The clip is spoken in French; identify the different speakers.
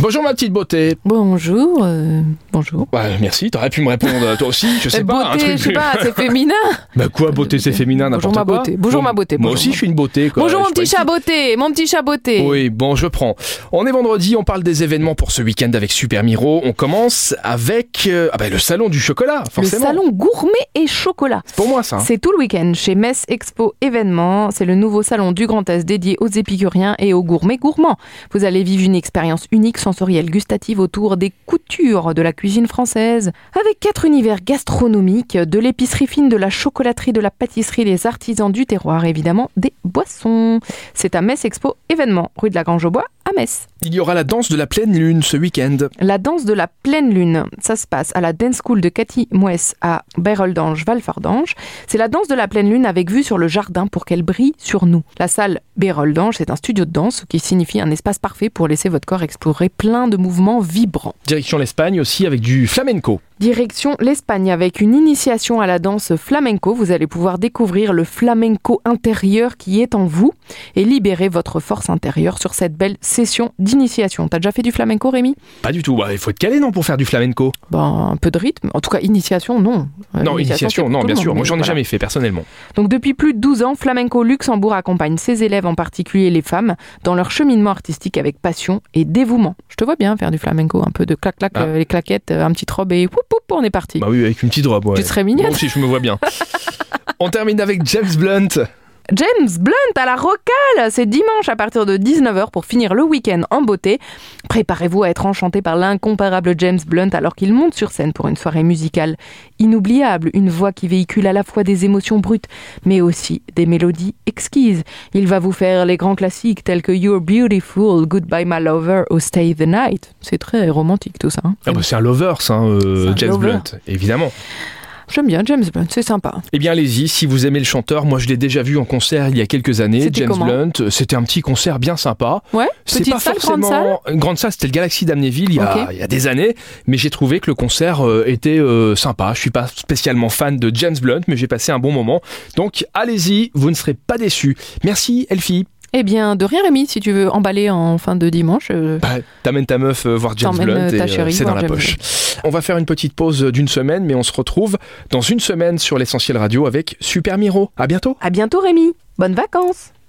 Speaker 1: Bonjour ma petite beauté.
Speaker 2: Bonjour, euh, bonjour.
Speaker 1: Ouais, Bah, merci, t'aurais pu me répondre toi aussi, je sais
Speaker 2: Euh,
Speaker 1: pas. un
Speaker 2: beauté,
Speaker 1: truc
Speaker 2: je sais
Speaker 1: plus-
Speaker 2: pas, c'est féminin.
Speaker 1: Bah quoi, beauté, c'est féminin,
Speaker 2: Bonjour,
Speaker 1: n'importe
Speaker 2: ma
Speaker 1: quoi.
Speaker 2: beauté. Bonjour,
Speaker 1: Moi-
Speaker 2: ma beauté.
Speaker 1: Moi
Speaker 2: Bonjour,
Speaker 1: aussi,
Speaker 2: ma-
Speaker 1: je suis une beauté. Quoi.
Speaker 2: bonjour
Speaker 1: Je
Speaker 2: mon
Speaker 1: suis
Speaker 2: petit
Speaker 1: pas
Speaker 2: chat
Speaker 1: une-
Speaker 2: beauté, mon petit chat beauté.
Speaker 1: Oui, bon, je prends. On est vendredi, on parle des événements pour ce week-end avec Super Miro. On commence avec euh, ah bah, le salon du chocolat,
Speaker 2: Le
Speaker 1: forcément.
Speaker 2: salon gourmet et chocolat.
Speaker 1: C'est Pour moi, ça. hein.
Speaker 2: C'est tout le week-end chez Metz Expo Événements. C'est le nouveau salon du Grand Est dédié aux épicuriens et aux gourmets gourmands. Vous allez vivre une expérience unique, sensorielle, gustative autour des coutures de la cuisine française. Avec quatre univers gastronomiques, de l'épicerie fine, de la chocolaterie, de la pâtisserie, des artisans du terroir, évidemment des boissons. C'est à Metz Expo Événements, rue de la Grange aux Bois, à Metz.
Speaker 1: Il y aura la danse de la pleine lune ce week-end.
Speaker 2: La danse de la pleine lune, ça se passe à la Dance School de Cathy Moès à Béroldange, Valfordange. C'est la danse de la pleine lune avec vue sur le jardin pour qu'elle brille sur nous. La salle Béroldange, c'est un studio de danse ce qui signifie un espace parfait pour laisser votre corps explorer plein de mouvements vibrants.
Speaker 1: Direction l'Espagne aussi avec du flamenco.
Speaker 2: Direction l'Espagne avec une initiation à la danse flamenco. Vous allez pouvoir découvrir le flamenco intérieur qui est en vous et libérer votre force intérieure sur cette belle session d'initiation. T'as déjà fait du flamenco, Rémi
Speaker 1: Pas du tout. Bah, il faut être calé, non, pour faire du flamenco.
Speaker 2: Ben, un peu de rythme. En tout cas, initiation, non. Euh,
Speaker 1: non,
Speaker 2: c'est
Speaker 1: initiation,
Speaker 2: pour
Speaker 1: non,
Speaker 2: tout le
Speaker 1: bien
Speaker 2: monde,
Speaker 1: sûr. Moi,
Speaker 2: mais
Speaker 1: j'en ai
Speaker 2: voilà.
Speaker 1: jamais fait, personnellement.
Speaker 2: Donc, depuis plus de 12 ans, Flamenco Luxembourg accompagne ses élèves, en particulier les femmes, dans leur cheminement artistique avec passion et dévouement. Je te vois bien faire du flamenco, un peu de clac-clac,
Speaker 1: Ah.
Speaker 2: euh, les claquettes, euh, un petite robe et poup, poup, on est parti.
Speaker 1: Bah oui, avec une petite robe, ouais.
Speaker 2: Tu serais mignonne.
Speaker 1: Bon, si je me vois bien. On termine avec James Blunt.
Speaker 2: James Blunt à la Rocale C'est dimanche à partir de 19h pour finir le week-end en beauté. Préparez-vous à être enchanté par l'incomparable James Blunt alors qu'il monte sur scène pour une soirée musicale inoubliable, une voix qui véhicule à la fois des émotions brutes mais aussi des mélodies exquises. Il va vous faire les grands classiques tels que You're Beautiful, Goodbye My Lover ou Stay the Night. C'est très romantique tout ça. hein.
Speaker 1: Ah bah, c'est un lover, ça, hein, euh,
Speaker 2: C'est un
Speaker 1: James
Speaker 2: lover.
Speaker 1: Blunt, évidemment.
Speaker 2: J'aime bien James Blunt, c'est sympa.
Speaker 1: Eh bien, allez-y, si vous aimez le chanteur, moi je l'ai déjà vu en concert il y a quelques années,
Speaker 2: C'était
Speaker 1: James
Speaker 2: comment
Speaker 1: Blunt. C'était un petit concert bien sympa.
Speaker 2: Ouais
Speaker 1: C'est
Speaker 2: Petite
Speaker 1: pas
Speaker 2: salle, grande
Speaker 1: forcément une grande salle, c'était le Galaxy d'Amnéville il, y a-
Speaker 2: Ok.
Speaker 1: il y a des années, mais j'ai trouvé que le concert euh, était euh, sympa. Je suis pas spécialement fan de James Blunt, mais j'ai passé un bon moment. Donc allez-y, vous ne serez pas déçus. Merci Elfie.
Speaker 2: Eh bien, de rien Rémi, si tu veux emballer en fin de dimanche... euh,
Speaker 1: Bah, T'amènes ta meuf euh, voir James
Speaker 2: T'emmènes,
Speaker 1: Blunt
Speaker 2: euh,
Speaker 1: et
Speaker 2: ta
Speaker 1: euh,
Speaker 2: chérie
Speaker 1: c'est dans
Speaker 2: voir
Speaker 1: la
Speaker 2: James
Speaker 1: poche. On va faire une petite pause euh, d'une semaine, mais on se retrouve dans une semaine sur l'essentiel radio avec Super Miro. À bientôt.
Speaker 2: À bientôt Rémi. Bonnes vacances.